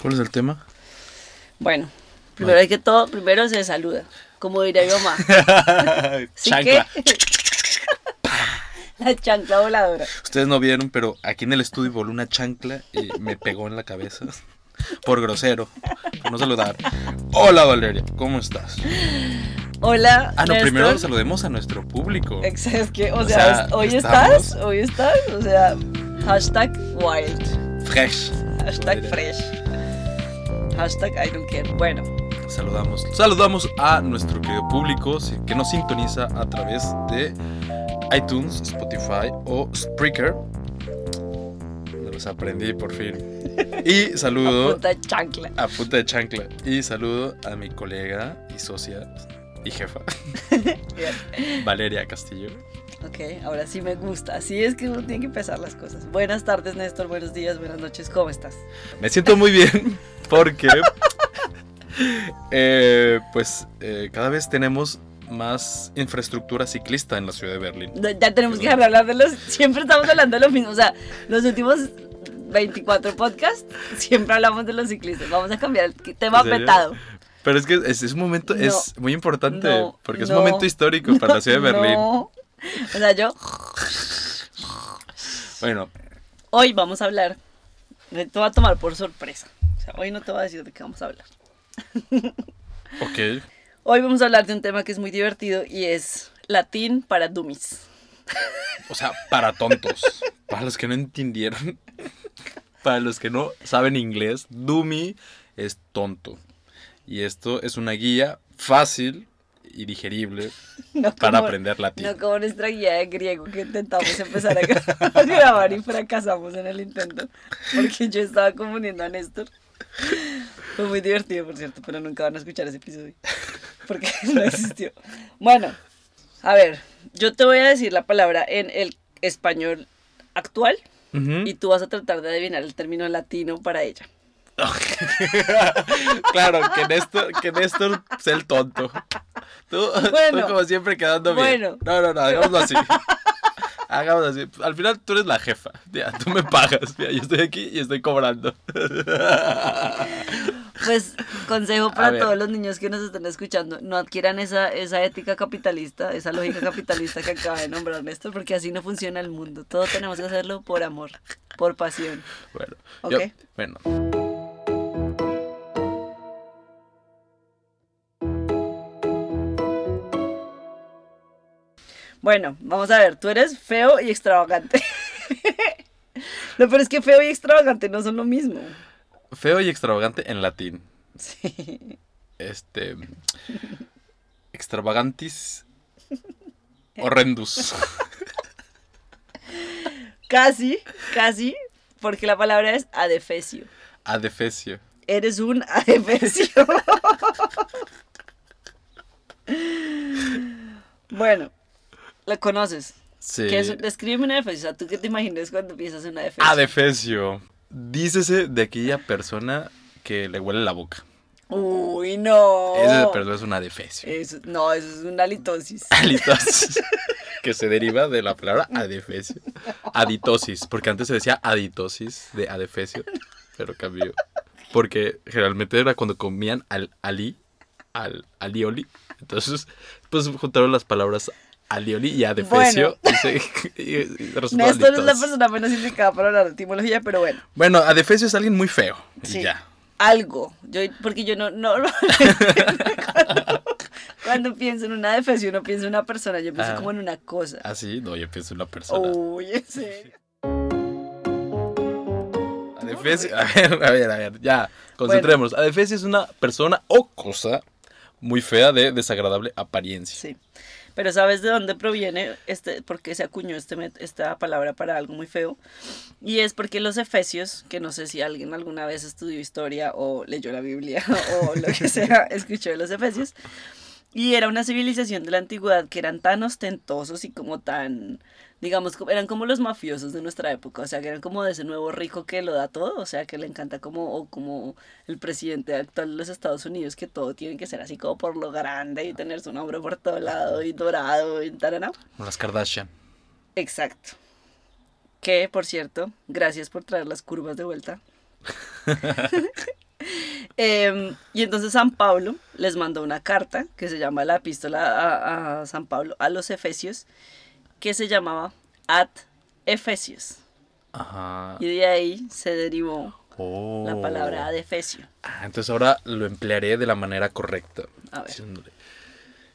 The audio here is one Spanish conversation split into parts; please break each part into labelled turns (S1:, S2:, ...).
S1: ¿Cuál es el tema?
S2: Bueno, primero hay que todo, primero se saluda, como diría mi mamá. Así
S1: Chancla.
S2: que- la chancla voladora.
S1: Ustedes no vieron, pero aquí en el estudio voló una chancla y me pegó en la cabeza. Por grosero. Por no saludar. Hola Valeria, ¿cómo estás?
S2: Hola.
S1: Ah, no,
S2: Néstor.
S1: primero saludemos a nuestro público.
S2: Ex- Es que, o,
S1: O
S2: sea,
S1: sea,
S2: es- hoy
S1: estamos-
S2: estás, hoy estás, o sea, hashtag wild,
S1: Fresh.
S2: hashtag
S1: Mira.
S2: fresh, hashtag I don't care. Bueno,
S1: Saludamos. Saludamos a nuestro querido público sí, que nos sintoniza a través de iTunes, Spotify o Spreaker. Me los aprendí por fin. Y saludo
S2: apunta chancla.
S1: a punta de chancla. Y saludo a mi colega y socia y jefa,
S2: Bien.
S1: Valeria Castillo.
S2: Ok, ahora sí me gusta. Así es que uno tiene que empezar las cosas. Buenas tardes, Néstor. Buenos días, buenas noches. ¿Cómo estás?
S1: Me siento muy bien porque eh, pues eh, cada vez tenemos más infraestructura ciclista en la ciudad de Berlín.
S2: No, Ya tenemos que dejar de hablar de los. Siempre estamos hablando de lo mismo. O sea, los últimos 24 podcasts siempre hablamos de los ciclistas. Vamos a cambiar el tema
S1: ¿En serio?
S2: petado.
S1: Pero es que es, es un momento,
S2: No,
S1: es muy importante,
S2: no,
S1: porque es
S2: no,
S1: un momento histórico para la ciudad de Berlín.
S2: No. O sea, yo.
S1: Bueno,
S2: Hoy vamos a hablar. Te voy a tomar por sorpresa. O sea, hoy no te voy a decir de qué vamos a hablar.
S1: ok.
S2: Hoy vamos a hablar de un tema que es muy divertido y es latín para dummies.
S1: O sea, para tontos, para los que no entendieron, para los que no saben inglés, Dummy es tonto. Y esto es una guía fácil y digerible
S2: No
S1: para
S2: como-
S1: aprender latín.
S2: No como nuestra guía de griego que intentamos empezar a, gra- a grabar y fracasamos en el intento. Porque yo estaba confundiendo a Néstor. Fue muy divertido, por cierto, pero nunca van a escuchar ese episodio. Porque no existió. Bueno, a ver, yo te voy a decir la palabra en el español actual
S1: Ujú.
S2: y tú vas a tratar de adivinar el término latino para ella.
S1: claro, que Néstor, que Néstor sea el tonto. Tú, tú
S2: Bueno.
S1: como siempre quedando bien.
S2: Bueno.
S1: No, no, no, hagámoslo así. Hagámoslo así. Al final tú eres la jefa. Ya, tú me pagas. Ya, yo estoy aquí y estoy cobrando.
S2: Pues consejo para
S1: ver.
S2: todos los niños que nos están escuchando, no adquieran esa, esa ética capitalista, esa lógica capitalista que acaba de nombrar Néstor, porque así no funciona el mundo. Todo tenemos que hacerlo por amor, por pasión.
S1: Bueno.
S2: Ok.
S1: bueno.
S2: Bueno, vamos a ver, tú eres feo y extravagante. Lo peor es que feo y extravagante no son lo mismo.
S1: Feo y extravagante en latín.
S2: Sí.
S1: Este. Extravagantis. Horrendus.
S2: Casi, casi, porque la palabra es adefesio.
S1: Adefesio.
S2: Eres un adefesio. bueno, la conoces.
S1: Sí. Ah,
S2: ¿Qué es un- descríbeme una adefesio. O sea, ¿tú qué te imaginas cuando piensas en una E adefesio?
S1: Adefesio. Dícese de aquella persona que le huele la boca.
S2: Uy, no.
S1: Esa persona es una adefesio.
S2: Eso- no, eso es una halitosis.
S1: Halitosis. que se deriva de la palabra adefesio. Aditosis. Porque antes se decía aditosis de adefesio. Pero cambió. Porque generalmente era cuando comían al alí. Al alioli. Entonces, pues juntaron las palabras alioli y adefesio. y se- y- y resultó
S2: Néstor es la
S1: halitosis.
S2: persona menos indicada para hablar de etimología, pero bueno.
S1: Bueno, adefesio es alguien muy feo. y
S2: Sí.
S1: ya.
S2: Algo. Yo, porque yo no. no cuando, cuando pienso en una E adefesio, no pienso en una persona, yo pienso
S1: Ah.
S2: como en una cosa.
S1: Así, no, yo pienso en una persona.
S2: Uy, ese.
S1: Adefesio, a ver, a ver, a ver, ya, concentrémonos. Adefesio es una persona o cosa muy fea de desagradable apariencia.
S2: Sí. Pero ¿sabes de dónde proviene este, porque se acuñó este, met- esta palabra para algo muy feo? Y es porque los efesios, que no sé si alguien alguna vez estudió historia o leyó la Biblia o lo que sea, escuchó de los efesios, y era una civilización de la antigüedad que eran tan ostentosos y como tan, digamos, co- eran como los mafiosos de nuestra época, o sea, que eran como de ese nuevo rico que lo da todo, o sea, que le encanta como, o como el presidente actual de los Estados Unidos, que todo tiene que ser así como por lo grande y tener su nombre por todo lado y dorado y tarana.
S1: Como Las Kardashian.
S2: Exacto. Que, por cierto, gracias por traer las curvas de vuelta Em, y entonces San Pablo les mandó una carta que se llama la epístola a, a San Pablo, a los Efesios, que se llamaba Ad Efesios.
S1: Ajá.
S2: Y de ahí se derivó
S1: Oh.
S2: la palabra Ad Efesio.
S1: Ah, entonces ahora lo emplearé de la manera correcta.
S2: A ver.
S1: Diciéndole,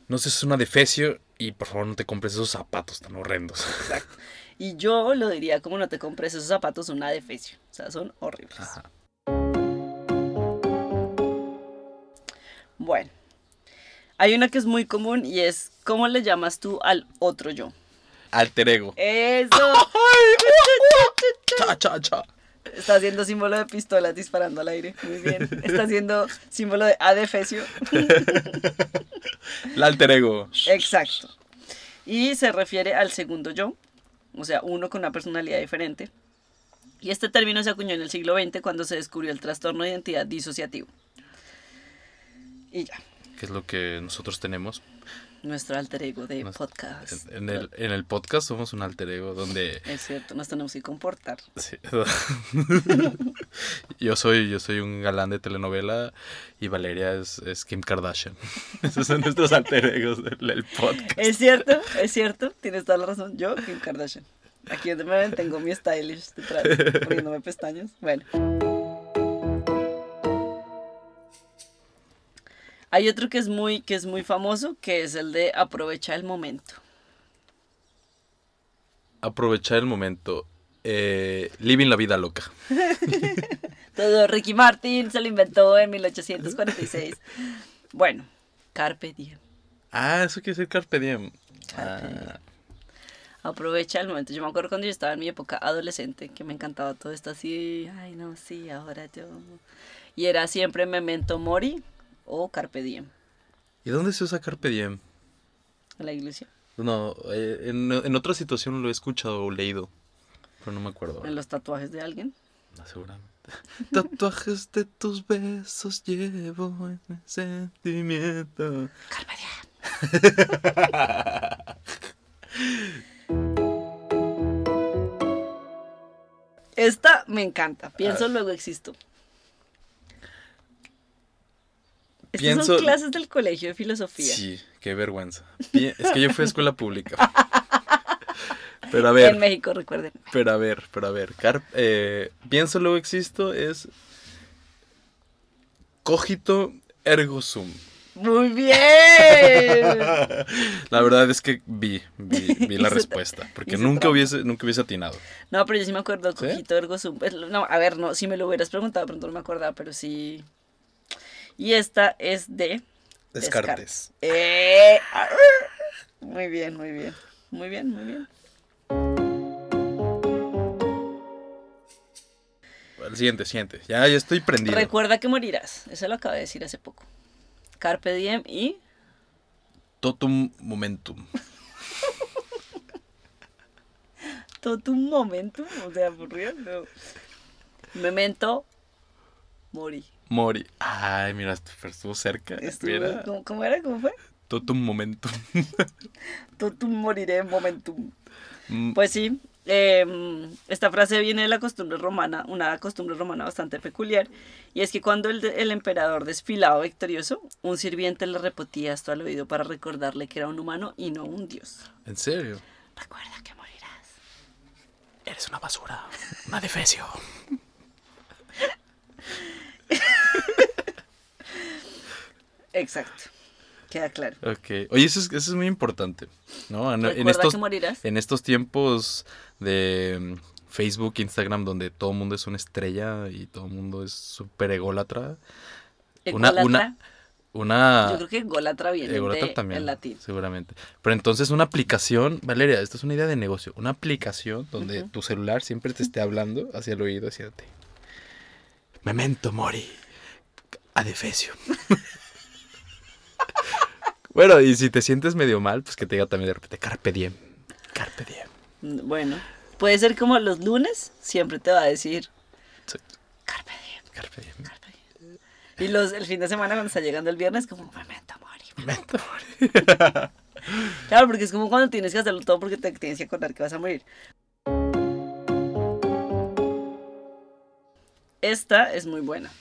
S1: No seas una defecio y por favor no te compres esos zapatos tan horrendos.
S2: Y yo lo diría como no te compres esos zapatos, son Ad Efesio. O sea, son horribles.
S1: Ajá.
S2: Bueno, hay una que es muy común y es, ¿cómo le llamas tú al otro yo?
S1: Alter ego. oh,
S2: Eso.
S1: Cha, cha, cha.
S2: Está haciendo símbolo de pistolas disparando al aire. Muy bien. Está haciendo símbolo de adefesio.
S1: La alter ego.
S2: Exacto. Y se refiere al segundo yo, o sea, uno con una personalidad diferente. Y este término se acuñó en el siglo XX cuando se descubrió el trastorno de identidad disociativo. Y ya,
S1: Que es lo que nosotros tenemos.
S2: nuestro alter ego de
S1: Nos-
S2: podcast.
S1: En, en el, en el podcast somos un alter ego donde...
S2: Es cierto, nos tenemos que comportar.
S1: sí. yo, soy, yo soy un galán de telenovela y Valeria es, es Kim Kardashian. Esos son nuestros alter egos del, del podcast.
S2: Es cierto, es cierto, tienes toda la razón. Yo, Kim Kardashian. Aquí donde me ven tengo mi stylish detrás, poniéndome pestañas. Bueno. Hay otro que es muy, que es muy famoso, que es el de aprovecha el momento.
S1: Aprovechar el momento. Eh, living la vida loca.
S2: Todo Ricky Martin se lo inventó en 1846. Bueno, Carpe Diem.
S1: Ah, eso quiere decir Carpe Diem.
S2: Carpe
S1: Ah.
S2: Aprovecha el momento. Yo me acuerdo cuando yo estaba en mi época adolescente, que me encantaba todo esto así, ay no, sí, ahora yo. Y era siempre Memento Mori o Carpe Diem
S1: ¿Y dónde se usa Carpe Diem?
S2: en la iglesia,
S1: No, eh, en, en otra situación lo he escuchado o leído, pero no me acuerdo.
S2: en los tatuajes de alguien.
S1: No, Seguramente. Tatuajes de tus besos llevo en el sentimiento.
S2: Carpe Diem. Esta me encanta.
S1: Ah.
S2: Pienso luego existo. Estas
S1: Pienso-
S2: son clases del colegio de filosofía.
S1: Sí, qué vergüenza. Pi- Es que yo fui a escuela pública. Pero a ver.
S2: En México, recuerden.
S1: Pero a ver, pero a ver, Carp, eh, pienso luego existo es cogito ergo sum.
S2: Muy bien.
S1: La verdad es que vi, vi, vi la
S2: Hizo-
S1: respuesta, porque
S2: hizo
S1: nunca
S2: trampa.
S1: hubiese, nunca hubiese atinado.
S2: No, pero yo sí me acuerdo,
S1: ¿Sí?
S2: Cogito Ergo Sum. Pues, No, a ver, no, si me lo hubieras preguntado, de pronto no me acordaba, pero sí. Y esta es de
S1: Descartes.
S2: Eh, ah, Muy bien, muy bien. Muy bien, muy bien.
S1: El siguiente, siguiente. Ya, ya estoy prendido.
S2: Recuerda que morirás. Eso lo acabo de decir hace poco. Carpe diem y
S1: Totum momentum.
S2: totum momentum. O sea, por real, no. Memento mori.
S1: Mori. Ay, mira, estu- estuvo cerca.
S2: Estuvo-
S1: mira.
S2: ¿cómo, cómo era? ¿Cómo fue?
S1: Totum momentum.
S2: Totum moriré momentum.
S1: Mm,
S2: Pues sí, eh, esta frase viene de la costumbre romana, una costumbre romana bastante peculiar, y es que cuando el, el emperador desfilaba victorioso, un sirviente le repetía esto al oído para recordarle que era un humano y no un dios.
S1: ¿En serio?
S2: Recuerda que morirás.
S1: Eres una basura. Una defecio.
S2: Exacto, queda claro.
S1: Ok. Oye, eso es, eso es muy importante, ¿no? En, en
S2: Recuerda
S1: estos,
S2: que morirás.
S1: en estos tiempos de mm, Facebook, Instagram, donde todo el mundo es una estrella y todo el mundo es súper ególatra. eh, Una, una,
S2: Ególatra,
S1: una...
S2: Yo creo que golatra viene
S1: Egolatra
S2: de-
S1: también,
S2: en latín.
S1: seguramente. Pero entonces una aplicación, Valeria, esta es una idea de negocio, una aplicación donde
S2: Ujú.
S1: tu celular siempre te esté hablando hacia el oído, hacia ti. Memento mori, adefesio. bueno, y si te sientes medio mal, pues que te diga también de repente, carpe diem, carpe diem.
S2: Mm, Bueno, puede ser como los lunes, siempre te va a decir,
S1: Sí,
S2: carpe diem,
S1: carpe diem.
S2: carpe diem". Y los, el fin de semana cuando está llegando el viernes, como, momento mori,
S1: Memento mori.
S2: Claro, porque es como cuando tienes que hacerlo todo porque te tienes que acordar que vas a morir. Esta es muy buena.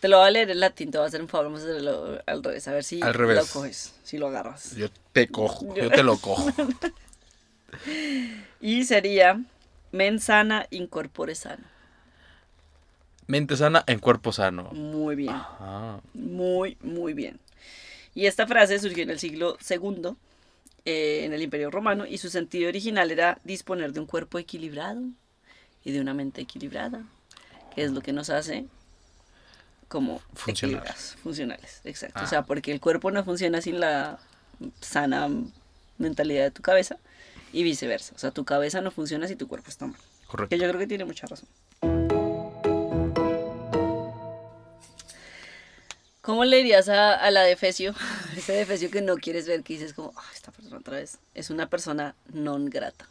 S2: Te lo voy a leer en latín, te voy a hacer un favor, vamos a hacerlo al revés, a ver si
S1: Al revés.
S2: lo coges, si lo agarras.
S1: Yo te cojo, yo te lo cojo.
S2: Y sería mens sana incorpore sano.
S1: Mente sana en cuerpo sano.
S2: Muy bien,
S1: Ah,
S2: muy, muy bien. Y esta frase surgió en el siglo II, eh, en el Imperio Romano, y su sentido original era disponer de un cuerpo equilibrado y de una mente equilibrada, que es lo que nos hace como
S1: Funcionales.
S2: equilibrados, funcionales, exacto.
S1: Ah.
S2: O sea, porque el cuerpo no funciona sin la sana mentalidad de tu cabeza y viceversa. O sea, tu cabeza no funciona si tu cuerpo está mal.
S1: correcto.
S2: Que yo creo que tiene mucha razón. ¿Cómo le dirías a, a la defecio? Ese defecio que no quieres ver, que dices como, "Ah, esta persona otra vez. Es una persona non grata.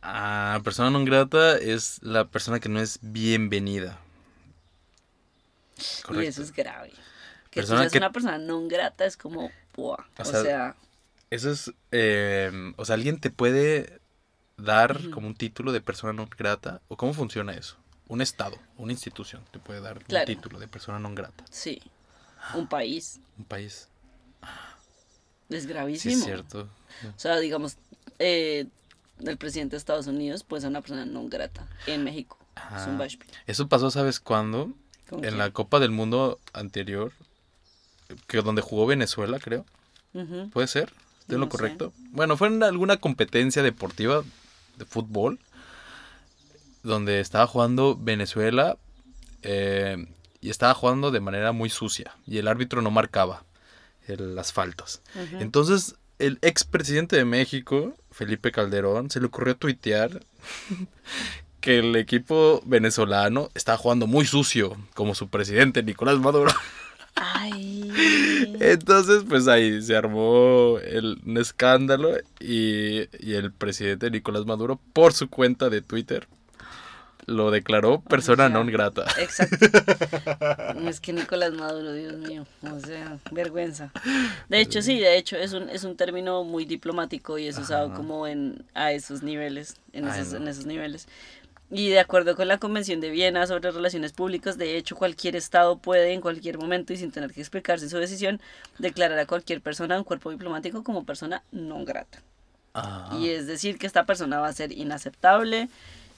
S1: Ah, persona non grata es la persona que no es bienvenida.
S2: Y
S1: Correcto.
S2: eso es grave. Que
S1: Persona
S2: tú seas
S1: que-
S2: una persona non grata es como, "Buah",
S1: O
S2: O
S1: sea,
S2: sea,
S1: Eso es, eh, o sea, alguien te puede dar como un título de persona non grata. ¿O cómo funciona eso? Un estado, una institución te puede dar
S2: Claro.
S1: un título de persona non grata.
S2: sí. Un país
S1: Un país.
S2: es
S1: Sí,
S2: gravísimo.
S1: es cierto.
S2: O sea, digamos, eh, el presidente de Estados Unidos, pues es una persona non grata en México. Es un
S1: Ah.
S2: beispiel.
S1: Eso pasó, ¿sabes cuándo?
S2: ¿Con
S1: En
S2: quién?
S1: la Copa del Mundo anterior, que donde jugó Venezuela, creo.
S2: Ujú.
S1: ¿Puede ser? ¿Es lo
S2: No sé.
S1: correcto? Bueno, fue en alguna competencia deportiva de fútbol donde estaba jugando Venezuela eh, y estaba jugando de manera muy sucia y el árbitro no marcaba el- las faltas.
S2: Ujú.
S1: Entonces, el expresidente de México, Felipe Calderón, se le ocurrió tuitear que el equipo venezolano estaba jugando muy sucio, como su presidente Nicolás Maduro.
S2: Ay.
S1: Entonces, pues ahí se armó el, un escándalo y, y el presidente Nicolás Maduro, por su cuenta de Twitter, lo declaró
S2: sea,
S1: persona non grata.
S2: Exacto. No, Es que Nicolás Maduro, Dios mío, o sea, vergüenza. De hecho, sí, de hecho, es un, es un término muy diplomático y es usado
S1: Ajá.
S2: como en, a esos niveles, en
S1: Ay,
S2: esos,
S1: no.
S2: en esos niveles. Y de acuerdo con la Convención de Viena sobre Relaciones Públicas, de hecho, cualquier Estado puede en cualquier momento y sin tener que explicarse su decisión, declarar a cualquier persona de un cuerpo diplomático como persona non grata.
S1: Ah,
S2: Y es decir, que esta persona va a ser inaceptable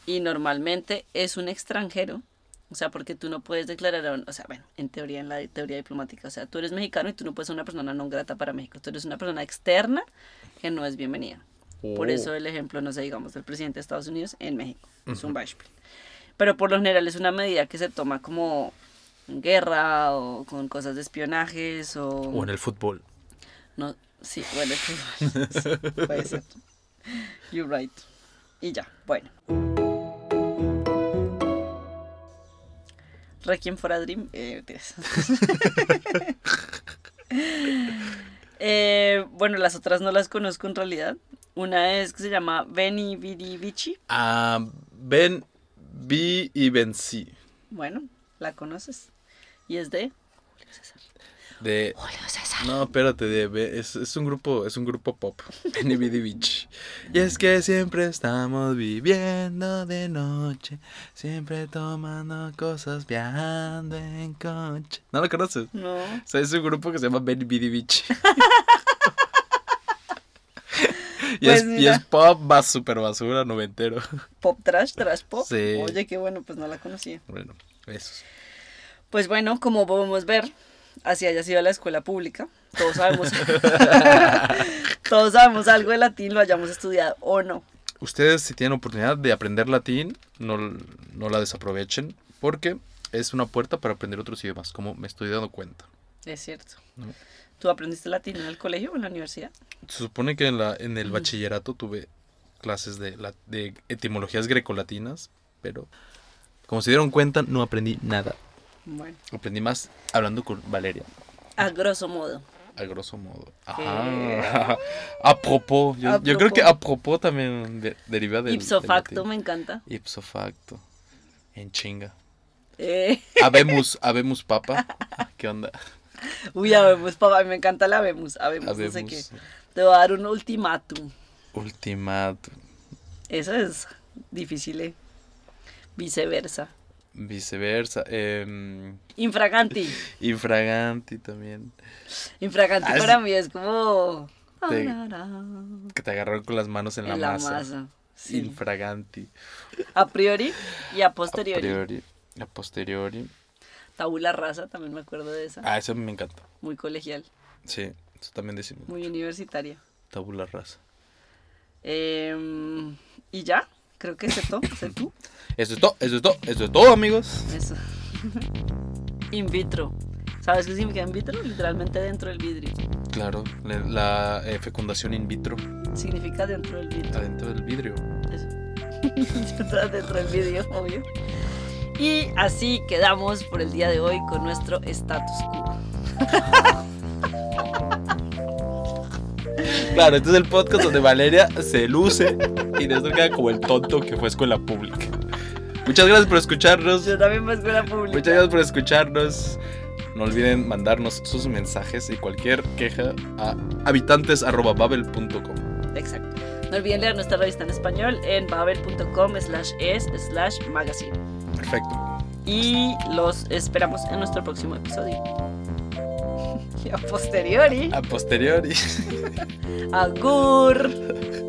S2: y normalmente es un extranjero. O sea, porque tú no puedes declarar, a un- o sea, bueno, en teoría, en la di- teoría diplomática, o sea, tú eres mexicano y tú no puedes ser una persona no grata para México. Tú eres una persona externa que no es bienvenida. Por
S1: Oh.
S2: eso el ejemplo, no sé, digamos, del presidente de Estados Unidos en México. Es un beispiel. Pero por lo general es una medida que se toma como en guerra o con cosas de espionajes o...
S1: O en el fútbol.
S2: No, sí, bueno, es fútbol. Sí, puede ser. You're right. Y ya, bueno. Requiem for a Dream. Eh, mentiras. Eh, bueno, las otras no las conozco en realidad. Una es que se llama Beni Vidi Vici.
S1: Ah, ben, vi y vencí.
S2: Bueno, la conoces. Y es de.
S1: De, no, espérate, de, ve- es, es un grupo, es un grupo pop. Benny Bidi Beach. Y es que siempre estamos viviendo de noche, siempre tomando cosas, viajando en coche. ¿No lo conoces?
S2: No.
S1: O sea, es un grupo que se llama Benny Bidi Beach. y,
S2: Pues
S1: es, y
S2: mira.
S1: es pop más super basura noventero.
S2: Pop trash, trash pop.
S1: Sí.
S2: Oye, qué bueno, pues no la conocía.
S1: Bueno, eso.
S2: Pues bueno, como podemos ver, así haya sido la escuela pública, todos sabemos, todos sabemos algo de latín, lo hayamos estudiado o no.
S1: ustedes si tienen oportunidad de aprender latín, no, no la desaprovechen, porque es una puerta para aprender otros idiomas, como me estoy dando cuenta.
S2: Es cierto.
S1: No.
S2: ¿Tú aprendiste latín en el colegio o en la universidad?
S1: Se supone que en, la, en el bachillerato tuve clases de, la- de etimologías grecolatinas, pero como se dieron cuenta, no aprendí nada.
S2: Bueno,
S1: Aprendí más hablando con Valeria,
S2: a grosso modo.
S1: a grosso modo.
S2: Eh.
S1: Ajá. A propos, yo,
S2: A
S1: yo creo que
S2: propos.
S1: a propos también de- deriva del.
S2: Ipso
S1: del
S2: facto,
S1: latín.
S2: me encanta.
S1: Ipso facto. En chinga.
S2: Eh,
S1: Habemos, habemos papa. ¿Qué onda?
S2: uy, habemos, papá, me encanta la habemos, habemos, no sé qué.
S1: Habemos.
S2: Te voy a dar un ultimátum.
S1: Ultimato.
S2: Eso es difícil, eh. Viceversa.
S1: Viceversa. em,
S2: Infraganti.
S1: infraganti también.
S2: Infraganti
S1: Ah, es-
S2: para mí es como.
S1: Te-
S2: Arara,
S1: Que te agarraron con las manos en la,
S2: en la
S1: masa.
S2: masa. sí.
S1: Infraganti.
S2: A priori y a posteriori.
S1: A priori. A posteriori.
S2: Tabula rasa, también me acuerdo de esa.
S1: Ah, eso me encanta.
S2: Muy colegial,
S1: Sí, eso también decimos.
S2: muy universitaria.
S1: Tabula rasa.
S2: Em, y ya, creo que ese todo, ese tú.
S1: Eso es todo, eso es todo, eso es todo, amigos.
S2: Eso. in vitro. ¿Sabes qué significa in vitro? Literalmente dentro del vidrio.
S1: Claro, la, la, eh, fecundación in vitro,
S2: Significa dentro del vidrio.
S1: adentro del vidrio.
S2: Eso. Estás dentro del vídeo, obvio. Y así quedamos por el día de hoy con nuestro status quo.
S1: Claro, este es el podcast donde Valeria se luce y de eso queda como el tonto que fue escuela pública. Muchas gracias por escucharnos.
S2: Yo también me escuela pública.
S1: Muchas gracias por escucharnos. No olviden mandarnos sus mensajes y cualquier queja a habitantes.babel.com.
S2: Exacto. No olviden leer nuestra revista en español en babel.com slash es slash magazine.
S1: Perfecto.
S2: Y los esperamos en nuestro próximo episodio. Y a posteriori,
S1: A posteriori.
S2: agur.